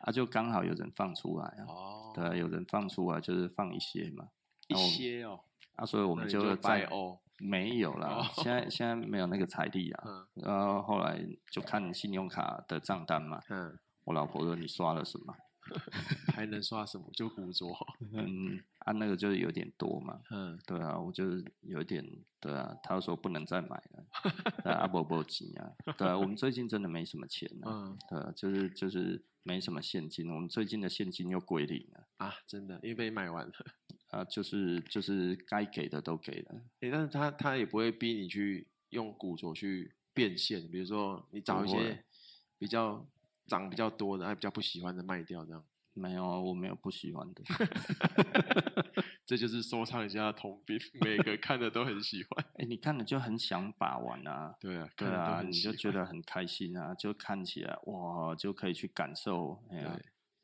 Speaker 1: 啊，就刚好有人放出来啊，
Speaker 2: 哦，
Speaker 1: 对啊，有人放出来就是放一些嘛，
Speaker 2: 一
Speaker 1: 然后
Speaker 2: 些哦，
Speaker 1: 啊，所以我
Speaker 2: 我
Speaker 1: 们
Speaker 2: 就
Speaker 1: 在
Speaker 2: 拜欧，
Speaker 1: 没有啦，
Speaker 2: 哦
Speaker 1: 现在现在没有那个财力啊。
Speaker 2: 嗯
Speaker 1: 然后后来就看信用卡的账单嘛，
Speaker 2: 嗯，
Speaker 1: 我老婆说你刷了什么？
Speaker 2: 还能刷什么？就古着，
Speaker 1: 嗯，啊那个就是有点多嘛，
Speaker 2: 嗯，
Speaker 1: 对啊，我就是有一点，对啊，他说不能再买 了，对啊，不不急啊，对啊，我们最近真的没什么钱啊，
Speaker 2: 嗯
Speaker 1: 对啊，就是就是没什么现金，我们最近的现金又归零了，
Speaker 2: 啊，真的，因为被买完了。
Speaker 1: 啊，就是就是该给的都给了，
Speaker 2: 诶，但是他他也不会逼你去用古着去变现，比如说你找一
Speaker 1: 不会
Speaker 2: 些比较长比较多的，还比较不喜欢的卖掉，这样，
Speaker 1: 没有啊，我没有不喜欢的，
Speaker 2: 这就是收藏家的通病，每个看的都很喜欢。
Speaker 1: 哎，你看了就很想把玩啊，
Speaker 2: 对 啊，
Speaker 1: 对
Speaker 2: 看的都
Speaker 1: 啊，
Speaker 2: 很
Speaker 1: 你
Speaker 2: 喜
Speaker 1: 就
Speaker 2: 欢。
Speaker 1: 觉得很开心啊，就看起来哇，就可以去感受，哎呀、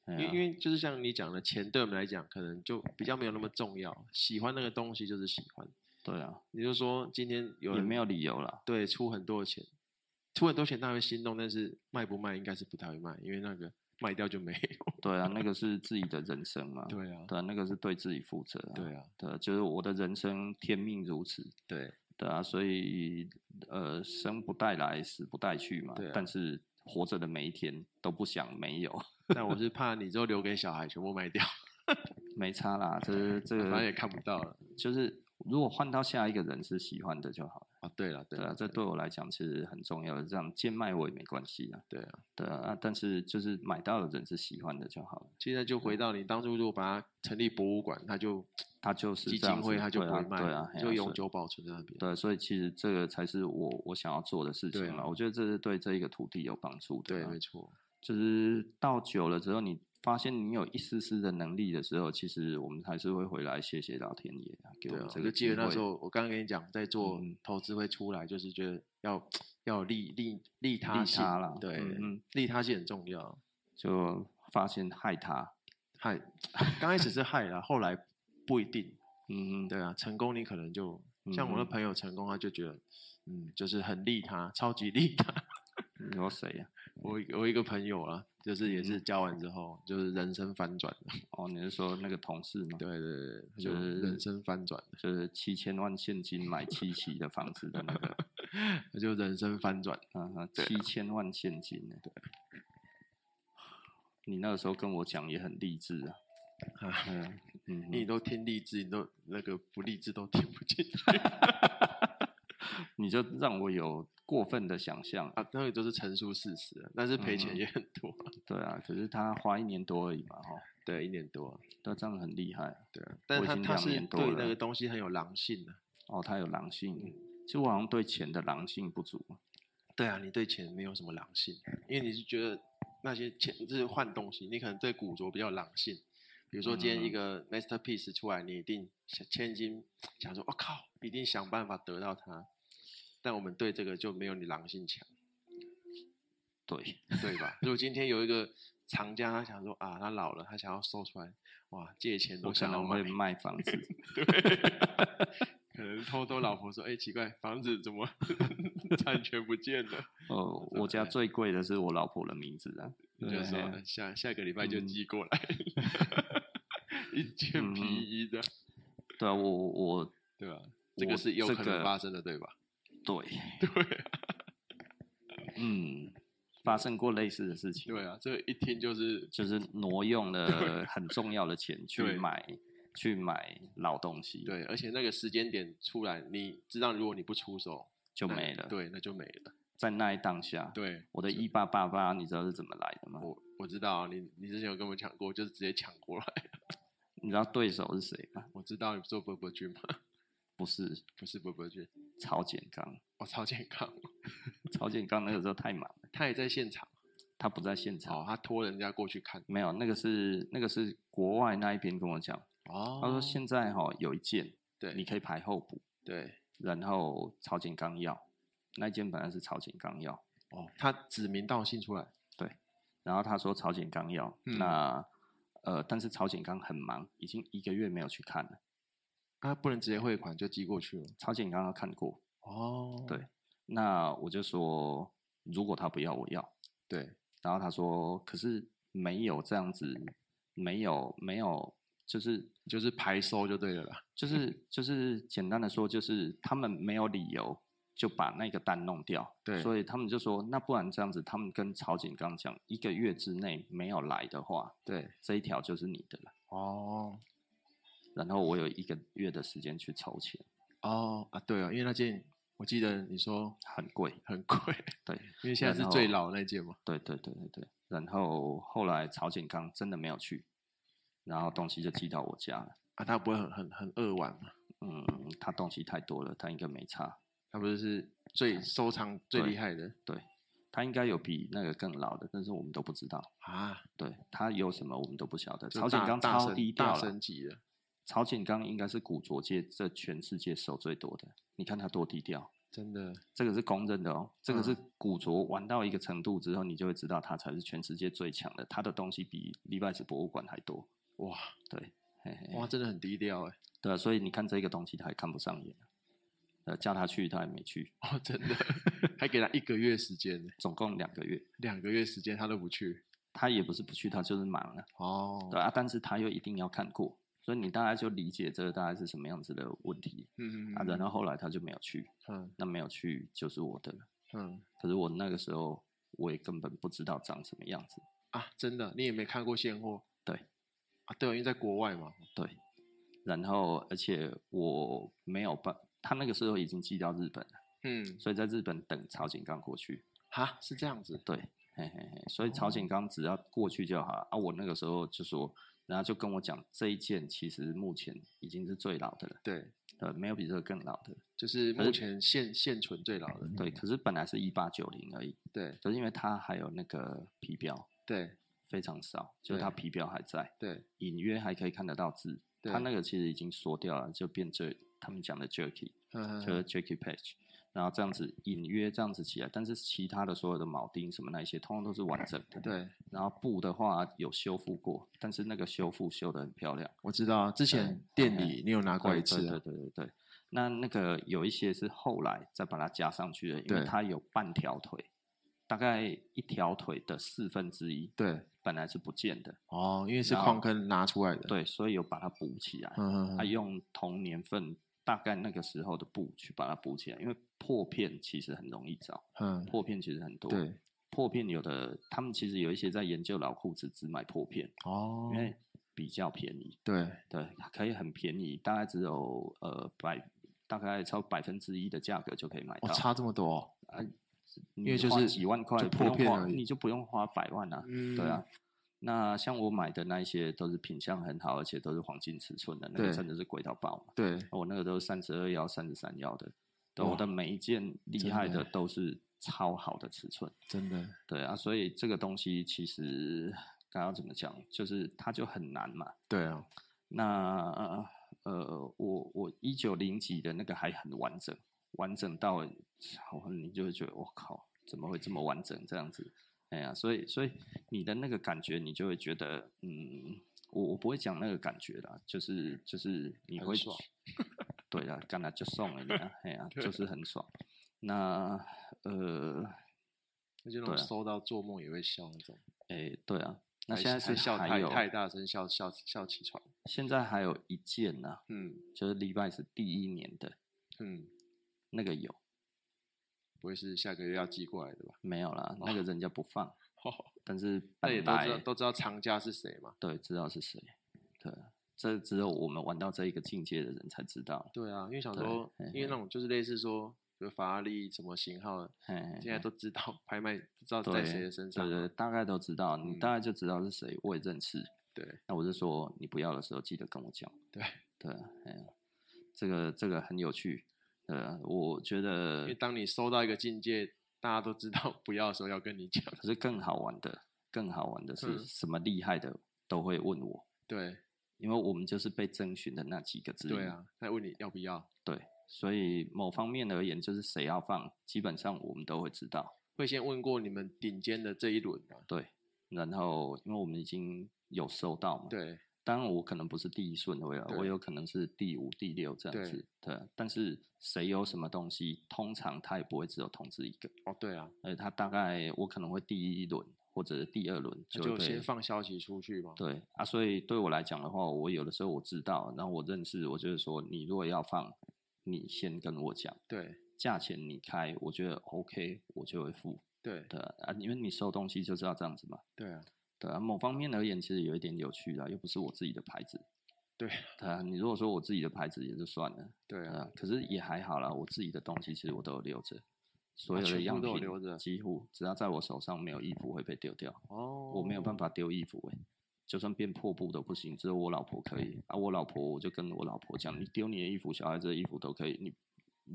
Speaker 1: 哎
Speaker 2: 因为
Speaker 1: 呀
Speaker 2: 因为就是像你讲的，钱对我们来讲可能就比较没有那么重要，喜欢那个东西就是喜欢。
Speaker 1: 对啊，
Speaker 2: 你就说今天有
Speaker 1: 也
Speaker 2: 人
Speaker 1: 没有理由啦。
Speaker 2: 对出很多的钱，出很多钱他会心动，但是卖不卖应该是不太会卖，因为那个卖掉就没有。
Speaker 1: 对啊，那个是自己的人生 嘛，
Speaker 2: 对啊，
Speaker 1: 对啊，那个是对自己负责、啊，
Speaker 2: 对啊，
Speaker 1: 对，就是我的人生天命如此，
Speaker 2: 对。
Speaker 1: 对啊，所以呃，生不带来，死不带去嘛，
Speaker 2: 对啊
Speaker 1: 但是活着的每一天都不想没有，
Speaker 2: 但我是怕你之后留给小孩全部卖掉，
Speaker 1: 没差啦， 这是这
Speaker 2: 反正也
Speaker 1: 个
Speaker 2: 看不到了。
Speaker 1: 就是如果换到下一个人是喜欢的就好了。
Speaker 2: 啊，对了，对
Speaker 1: 对啊，
Speaker 2: 了，
Speaker 1: 这对我来讲其实很重要的，这样贱卖我也没关系啊。
Speaker 2: 对啊。
Speaker 1: 对啊，啊但是就是买到的人是喜欢的就好了，
Speaker 2: 现在就回到你当初如果把它成立博物馆，它就
Speaker 1: 他就是
Speaker 2: 基
Speaker 1: 这样
Speaker 2: 金会，
Speaker 1: 子
Speaker 2: 它就
Speaker 1: 对
Speaker 2: 不
Speaker 1: 啊
Speaker 2: 会卖
Speaker 1: 对
Speaker 2: 了
Speaker 1: 啊，嘿啊
Speaker 2: 就永
Speaker 1: 是
Speaker 2: 久保存在那边。
Speaker 1: 对，所以其实这个才是我我想要做的事
Speaker 2: 对
Speaker 1: 情
Speaker 2: 啊
Speaker 1: 嘛。我觉得这是对这一个土地有帮助的
Speaker 2: 对，
Speaker 1: 啊。
Speaker 2: 没错。
Speaker 1: 就是到久了之后，你发现你有一丝丝的能力的时候，其实我们还是会回来谢谢老天爷啊，给我
Speaker 2: 对
Speaker 1: 们
Speaker 2: 啊，
Speaker 1: 这
Speaker 2: 我
Speaker 1: 个
Speaker 2: 就记
Speaker 1: 机
Speaker 2: 得
Speaker 1: 会。
Speaker 2: 那时候我刚刚跟你讲，在做
Speaker 1: 嗯
Speaker 2: 投资会出来，就是觉得要要有利利利他
Speaker 1: 利
Speaker 2: 性
Speaker 1: 他啦，
Speaker 2: 对，
Speaker 1: 嗯嗯，
Speaker 2: 利他性很重要。
Speaker 1: 就发现害他，
Speaker 2: 害，刚开始是害啦，后来不一定。
Speaker 1: 嗯，
Speaker 2: 对啊，成功你可能就像我
Speaker 1: 嗯
Speaker 2: 的
Speaker 1: 哼
Speaker 2: 朋友成功，他就觉得，嗯，就是很利他，超级利他。
Speaker 1: 有谁啊呀？
Speaker 2: 我一我一个朋友啊，就是
Speaker 1: 嗯
Speaker 2: 也是交完之后，就是人生翻转了。
Speaker 1: 哦，你是说那个同事吗？
Speaker 2: 对对对，他就
Speaker 1: 就是
Speaker 2: 人生翻转了，
Speaker 1: 就是七千万现金买七期的房子的那 个，
Speaker 2: 他就人生翻转。
Speaker 1: 嗯、啊，
Speaker 2: 对啊
Speaker 1: 七千万现金呢？对，你那个时候跟我讲也很励志 啊。
Speaker 2: 啊
Speaker 1: 嗯嗯哼，
Speaker 2: 你都听励志，你都那个不励志都听 不进去
Speaker 1: 你就让我有过分的想象，
Speaker 2: 啊！那个就是陈述事实了，但是赔
Speaker 1: 嗯
Speaker 2: 钱
Speaker 1: 哼
Speaker 2: 也很多 啊。
Speaker 1: 对啊，可是他花一年多而已嘛，哦哈，
Speaker 2: 对，一年多啊，
Speaker 1: 那这样很厉害啊、
Speaker 2: 对啊。但是
Speaker 1: 已
Speaker 2: 他
Speaker 1: 经
Speaker 2: 他
Speaker 1: 两
Speaker 2: 是
Speaker 1: 年多
Speaker 2: 对
Speaker 1: 了
Speaker 2: 那个东西很有狼性的、啊。
Speaker 1: 哦，他有狼性，其实我好像对钱的狼性不足，
Speaker 2: 对啊，你对钱没有什么狼性，
Speaker 1: 嗯
Speaker 2: 因为你是觉得那些钱就是换东西，你可能对古着比较狼性。比如说今天一
Speaker 1: 嗯
Speaker 2: 个 masterpiece 出来，你一定想千金想说，我、靠，一定想办法得到它。但我们对这个就没有你狼性强，
Speaker 1: 对，
Speaker 2: 对吧？如果今天有一个藏家，他想说啊，他老了，他想要收出来，哇，借钱
Speaker 1: 我
Speaker 2: 都
Speaker 1: 可
Speaker 2: 想要
Speaker 1: 能
Speaker 2: 买
Speaker 1: 会，卖房 子，
Speaker 2: 可能偷偷老婆说，哎、奇怪，房子怎么 产权不见了？
Speaker 1: 哦，
Speaker 2: 真
Speaker 1: 我家
Speaker 2: 的
Speaker 1: 最贵的是我老婆的名字啊，
Speaker 2: 你就
Speaker 1: 对
Speaker 2: 说
Speaker 1: 啊
Speaker 2: 下下个礼拜就
Speaker 1: 嗯
Speaker 2: 寄 过来，一件皮
Speaker 1: 嗯哼
Speaker 2: 衣的，
Speaker 1: 对啊，我我
Speaker 2: 对吧？这个
Speaker 1: 我
Speaker 2: 是有
Speaker 1: 这
Speaker 2: 可能
Speaker 1: 个
Speaker 2: 发生的，对吧？
Speaker 1: 对，对、嗯，发生过类似的事情，
Speaker 2: 对啊，这一听就是
Speaker 1: 就是挪用了很重要的 钱去
Speaker 2: 对
Speaker 1: 买去买老东西，，
Speaker 2: 对，而且那个时间点出来，你知道，如果你不出手，
Speaker 1: 就
Speaker 2: 那
Speaker 1: 没了。，
Speaker 2: 对，那就没了。
Speaker 1: 在那一当下，
Speaker 2: 对，
Speaker 1: 我的一八八八，你知道是怎么来的吗？
Speaker 2: 我我知道啊你，你之前有跟我讲过，就是直接抢过来。
Speaker 1: 你知道对手是谁吗？
Speaker 2: 我知道你做伯伯君吗？
Speaker 1: 不是
Speaker 2: 不是伯伯君，
Speaker 1: 曹简刚，
Speaker 2: 我、超健康，
Speaker 1: 曹简刚那个时候太忙了，
Speaker 2: 他也在现场，
Speaker 1: 他不在现场。
Speaker 2: 哦，他拖人家过去看，
Speaker 1: 没有，那个是那个是国外那一边跟我讲，
Speaker 2: 哦
Speaker 1: 他说现在哈、有一件你
Speaker 2: 对
Speaker 1: 可以排候补，
Speaker 2: 对，
Speaker 1: 然后曹简刚要那一件本来是曹简刚要，
Speaker 2: 哦，他指名道姓出来，
Speaker 1: 然后他说曹简刚要，
Speaker 2: 嗯
Speaker 1: 那呃但是曹简刚很忙，已经一个月没有去看了，
Speaker 2: 他啊不能直接汇款就寄过去了，
Speaker 1: 曹简刚要看过，
Speaker 2: 哦
Speaker 1: 对那我就说如果他不要我要，
Speaker 2: 对，
Speaker 1: 然后他说可是没有这样子，没有没有就是
Speaker 2: 就是排收就对了啦，
Speaker 1: 就是就是简单的说，就是他们没有理由就把那个单弄掉，
Speaker 2: 对
Speaker 1: 所以他们就说，那不然这样子，他们跟曹景刚讲，一个月之内没有来的话，
Speaker 2: 对，
Speaker 1: 这一条就是你的了。
Speaker 2: 哦
Speaker 1: 然后我有一个月的时间去筹钱，
Speaker 2: 哦啊，对啊，因为那件我记得你说
Speaker 1: 很贵，
Speaker 2: 很贵，
Speaker 1: 对
Speaker 2: 因为现在
Speaker 1: 然
Speaker 2: 是
Speaker 1: 后
Speaker 2: 最老的那件嘛，
Speaker 1: 对对对对对。然后后来曹景刚真的没有去，然后东西就寄到我家了。
Speaker 2: 啊，他不会很很很扼腕嘛，
Speaker 1: 嗯，他东西太多了，他应该没差，
Speaker 2: 他不是是 最收藏最
Speaker 1: 对
Speaker 2: 厉害的
Speaker 1: 对他应该有比那个更老的，但是我们都不知道。
Speaker 2: 啊，
Speaker 1: 对他有什么我们都不晓得。
Speaker 2: 就
Speaker 1: 曹景
Speaker 2: 大
Speaker 1: 刚
Speaker 2: 大
Speaker 1: 超
Speaker 2: 神
Speaker 1: 低
Speaker 2: 大
Speaker 1: 调
Speaker 2: 神
Speaker 1: 了，
Speaker 2: 级的，
Speaker 1: 曹景刚应该是古着界这全世界手最多的。你看他多低调，
Speaker 2: 真的
Speaker 1: 这个是公认的哦。这个是
Speaker 2: 嗯
Speaker 1: 古着玩到一个程度之后，你就会知道他才是全世界最强的。他的东西比李拜斯博物馆还多。
Speaker 2: 哇
Speaker 1: 对，嘿嘿
Speaker 2: 哇，真的很低调 哎，
Speaker 1: 对啊，所以你看这个东西他也看不上眼。呃，叫他去他也没去，
Speaker 2: 哦，真的还给他一个月时间呢，
Speaker 1: 总共两个月。
Speaker 2: 两个月时间他都不去，
Speaker 1: 他也不是不去，他就是忙了。
Speaker 2: 哦
Speaker 1: 对，啊，但是他又一定要看过，所以你大概就理解这大概是什么样子的问题。
Speaker 2: 嗯嗯
Speaker 1: 啊，然后后来他就没有去，
Speaker 2: 嗯
Speaker 1: 那没有去就是我的了。
Speaker 2: 嗯
Speaker 1: 可是我那个时候我也根本不知道长什么样子，
Speaker 2: 啊，真的你也没看过现货，
Speaker 1: 对
Speaker 2: 啊，对，因为在国外嘛，
Speaker 1: 对。然后而且我没有办，他那个时候已经寄到日本了，
Speaker 2: 嗯，
Speaker 1: 所以在日本等曹景刚过去。
Speaker 2: 哈，是这样子，
Speaker 1: 对，嘿嘿嘿，所以曹
Speaker 2: 哦
Speaker 1: 景刚只要过去就好了、啊。我那个时候就说，然后就跟我讲这一件其实目前已经是最老的了，
Speaker 2: 对，
Speaker 1: 呃，没有比这个更老的。
Speaker 2: 就是
Speaker 1: 可
Speaker 2: 目
Speaker 1: 是
Speaker 2: 前现现存最老的，
Speaker 1: 对，可是本来是一八九零而已，
Speaker 2: 对
Speaker 1: 可是因为它还有那个皮标
Speaker 2: 对
Speaker 1: 非常少，就是它皮标还在。
Speaker 2: 对，
Speaker 1: 隐约还可以看得到字。它
Speaker 2: 对
Speaker 1: 那个其实已经缩掉了，就变这他们讲的 jerky，
Speaker 2: 嗯
Speaker 1: 就是 jerky patch，然后这样子隐约这样子起来，但是其他的所有的铆钉什么那一些，通通都是完整的。，
Speaker 2: 对，
Speaker 1: 然后布的话有修复过，但是那个修复修得很漂亮。
Speaker 2: 我知道啊，之前店
Speaker 1: 嘿
Speaker 2: 里你有拿过
Speaker 1: 对
Speaker 2: 一次
Speaker 1: 对
Speaker 2: 啊，
Speaker 1: 对对对对。那那个有一些是后来再把它加上去的，因为
Speaker 2: 对
Speaker 1: 它有半条腿，大概一条腿的四分之一，
Speaker 2: 对，
Speaker 1: 本来是不见的，
Speaker 2: 哦，因为是
Speaker 1: 然后
Speaker 2: 矿坑拿出来的，，
Speaker 1: 对，所以有把它补起来。
Speaker 2: 嗯嗯
Speaker 1: 他
Speaker 2: 嗯，
Speaker 1: 用同年份大概那个时候的布去把它补起来，因为破片其实很容易找，
Speaker 2: 嗯，
Speaker 1: 破片其实很多。，
Speaker 2: 对，
Speaker 1: 破片有的他们其实有一些在研究老裤子，只买破片，
Speaker 2: 哦
Speaker 1: 因，为比较便宜，
Speaker 2: 对，
Speaker 1: 对，可以很便宜，大概只有呃百。大概超百分之一的价格就可以买
Speaker 2: 我
Speaker 1: 到，
Speaker 2: 差这么多哦，
Speaker 1: 因
Speaker 2: 因为就是
Speaker 1: 几万块
Speaker 2: 就
Speaker 1: 不
Speaker 2: 破
Speaker 1: 用
Speaker 2: 片
Speaker 1: 花
Speaker 2: 而已
Speaker 1: 你就不用花百万啊，
Speaker 2: 嗯
Speaker 1: 对啊，。那像我买的那一些都是品相很好，而且都是黄金尺寸的，那个
Speaker 2: 对
Speaker 1: 真的是贵到爆嘛。
Speaker 2: 对，
Speaker 1: 我那个都是三十二腰、三十三腰的，对，我
Speaker 2: 哇
Speaker 1: 的每一件厉
Speaker 2: 真
Speaker 1: 害
Speaker 2: 的
Speaker 1: 的都是超好的尺寸，
Speaker 2: 真的，
Speaker 1: 对啊，所以这个东西其实刚刚怎么讲，就是它就很难嘛。
Speaker 2: 对啊，
Speaker 1: 那呃，我我一九零几的那个还很完整，完整到好你就会觉得我靠，怎么会这么完整这样子？哎呀，所以所以你的那个感觉，你就会觉得，嗯，我我不会讲那个感觉啦，就是就是你
Speaker 2: 很
Speaker 1: 会
Speaker 2: 爽
Speaker 1: 觉，对啦，干了就送了你啊，哎呀，
Speaker 2: 对
Speaker 1: 就是很爽。那呃，
Speaker 2: 那就
Speaker 1: 对
Speaker 2: 那种
Speaker 1: 啊
Speaker 2: 收到做梦也会笑那种。
Speaker 1: 哎，对啊，那
Speaker 2: 还
Speaker 1: 现在
Speaker 2: 还
Speaker 1: 是
Speaker 2: 笑
Speaker 1: 还
Speaker 2: 太
Speaker 1: 有，
Speaker 2: 太大声，笑笑笑起床。
Speaker 1: 现在还有一件呢、
Speaker 2: 嗯
Speaker 1: 就是 Levi's 第一年的
Speaker 2: 嗯，
Speaker 1: 那个有。
Speaker 2: 不会是下个月要寄过来的 吧？
Speaker 1: 没有啦，那个人家不放，
Speaker 2: 哦
Speaker 1: 但是
Speaker 2: 那也都知道
Speaker 1: 本来
Speaker 2: 都知道藏家是谁嘛？
Speaker 1: 对知道是谁，对，这只有我们玩到这一个境界的人才知道。
Speaker 2: 对啊，因为想
Speaker 1: 对
Speaker 2: 说
Speaker 1: 嘿，
Speaker 2: 因为那种就是类似说，比如法拉利什么型号，
Speaker 1: 嘿嘿
Speaker 2: 现在都知道拍卖，不知道
Speaker 1: 对
Speaker 2: 在谁的身上
Speaker 1: 对对，
Speaker 2: 嘛。
Speaker 1: 大概都知道，你
Speaker 2: 嗯
Speaker 1: 大概就知道是谁，我也认识。
Speaker 2: 对
Speaker 1: 那我就说你不要的时候记得跟我讲。
Speaker 2: 对，
Speaker 1: 对，哎呀，这个这个很有趣。呃，我觉
Speaker 2: 因
Speaker 1: 得
Speaker 2: 为当你收到一个境界，大家都知道不要的时候要跟你 讲。
Speaker 1: 可是更好玩的，更好玩的是
Speaker 2: 嗯
Speaker 1: 什么厉害的都会问我，
Speaker 2: 对
Speaker 1: 因为我们就是被征询的那几个之一。
Speaker 2: 对啊，他问你要不要，
Speaker 1: 对，所以某方面而言，就是谁要放，基本上我们都会知道。
Speaker 2: 会先问过你们顶尖的这一轮啊。
Speaker 1: 对，然后因为我们已经有收到嘛，
Speaker 2: 对
Speaker 1: 当然我可能不是第一顺位啊，我
Speaker 2: 对
Speaker 1: 有可能是第五、第六这样
Speaker 2: 对
Speaker 1: 子，对啊。但是谁有什么东西，通常他也不会只有通知一个，
Speaker 2: 哦对啊，
Speaker 1: 呃，他大概我可能会第一轮或者是第二轮
Speaker 2: 那
Speaker 1: 会
Speaker 2: 就
Speaker 1: 被
Speaker 2: 先放消息出去嘛。
Speaker 1: 对啊，所以对我来讲的话，我有的时候我知道，然后我认识，我就是说，你如果要放，你先跟我讲，
Speaker 2: 对
Speaker 1: 价钱你开，我觉得 OK，我就会付
Speaker 2: 对
Speaker 1: 对啊，因为你收东西就是要这样子嘛。
Speaker 2: 对啊，
Speaker 1: 对啊，某方面而言，其实有一点有趣啦，又不是我自己的牌子。
Speaker 2: 对
Speaker 1: 对啊，你如果说我自己的牌子也就算了，
Speaker 2: 对
Speaker 1: 对
Speaker 2: 啊，
Speaker 1: 啊，可是也还好啦，我自己的东西其实我都有留着，所
Speaker 2: 啊
Speaker 1: 有的
Speaker 2: 全部
Speaker 1: 样
Speaker 2: 都有
Speaker 1: 品
Speaker 2: 留着
Speaker 1: 几乎只要在我手上没有衣服会被丢掉，
Speaker 2: 哦，
Speaker 1: 我没有办
Speaker 2: 法。
Speaker 1: 法丢衣服诶、就算变破布都不行，只有我老婆可以啊。我老婆我就跟我老婆讲，你丢你的衣服，小孩子的衣服都可以，你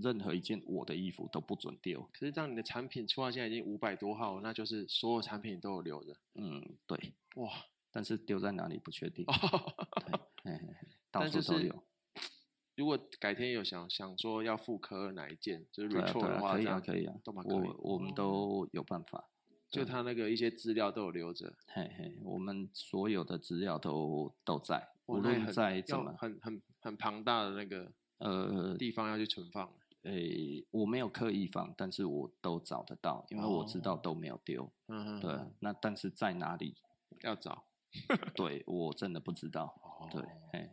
Speaker 1: 任何一件我的衣服都不准丢。
Speaker 2: 可是当你的产品出到现在已经五百多号，那就是所有产品都有留着。
Speaker 1: 嗯，对，
Speaker 2: 哇，
Speaker 1: 但是丢在哪里不确定， 嘿嘿嘿到
Speaker 2: 哦但
Speaker 1: 处
Speaker 2: 就是
Speaker 1: 都有。
Speaker 2: 如果改天有想想说要复刻哪一件，就是
Speaker 1: 对啊，对
Speaker 2: retro 的
Speaker 1: 啊，
Speaker 2: 话，
Speaker 1: 可以
Speaker 2: 这
Speaker 1: 啊，
Speaker 2: 样
Speaker 1: 可以啊啊
Speaker 2: 都蛮，可以
Speaker 1: 我我们
Speaker 2: 哦
Speaker 1: 都有办法。
Speaker 2: 就他那个一些资料都有留着，
Speaker 1: 嘿嘿，我们所有的资料都都在，无
Speaker 2: 哇那也
Speaker 1: 论
Speaker 2: 很
Speaker 1: 在怎
Speaker 2: 要
Speaker 1: 么
Speaker 2: 很很很庞大的那个
Speaker 1: 呃
Speaker 2: 地方要去存放。
Speaker 1: 诶，我没有刻意放，但是我都找得到，因为我知道
Speaker 2: 哦
Speaker 1: 都没有丢。
Speaker 2: 嗯，
Speaker 1: 对，啊那但是在哪里？
Speaker 2: 要找。哦
Speaker 1: 对我真的不知道。对，嘿，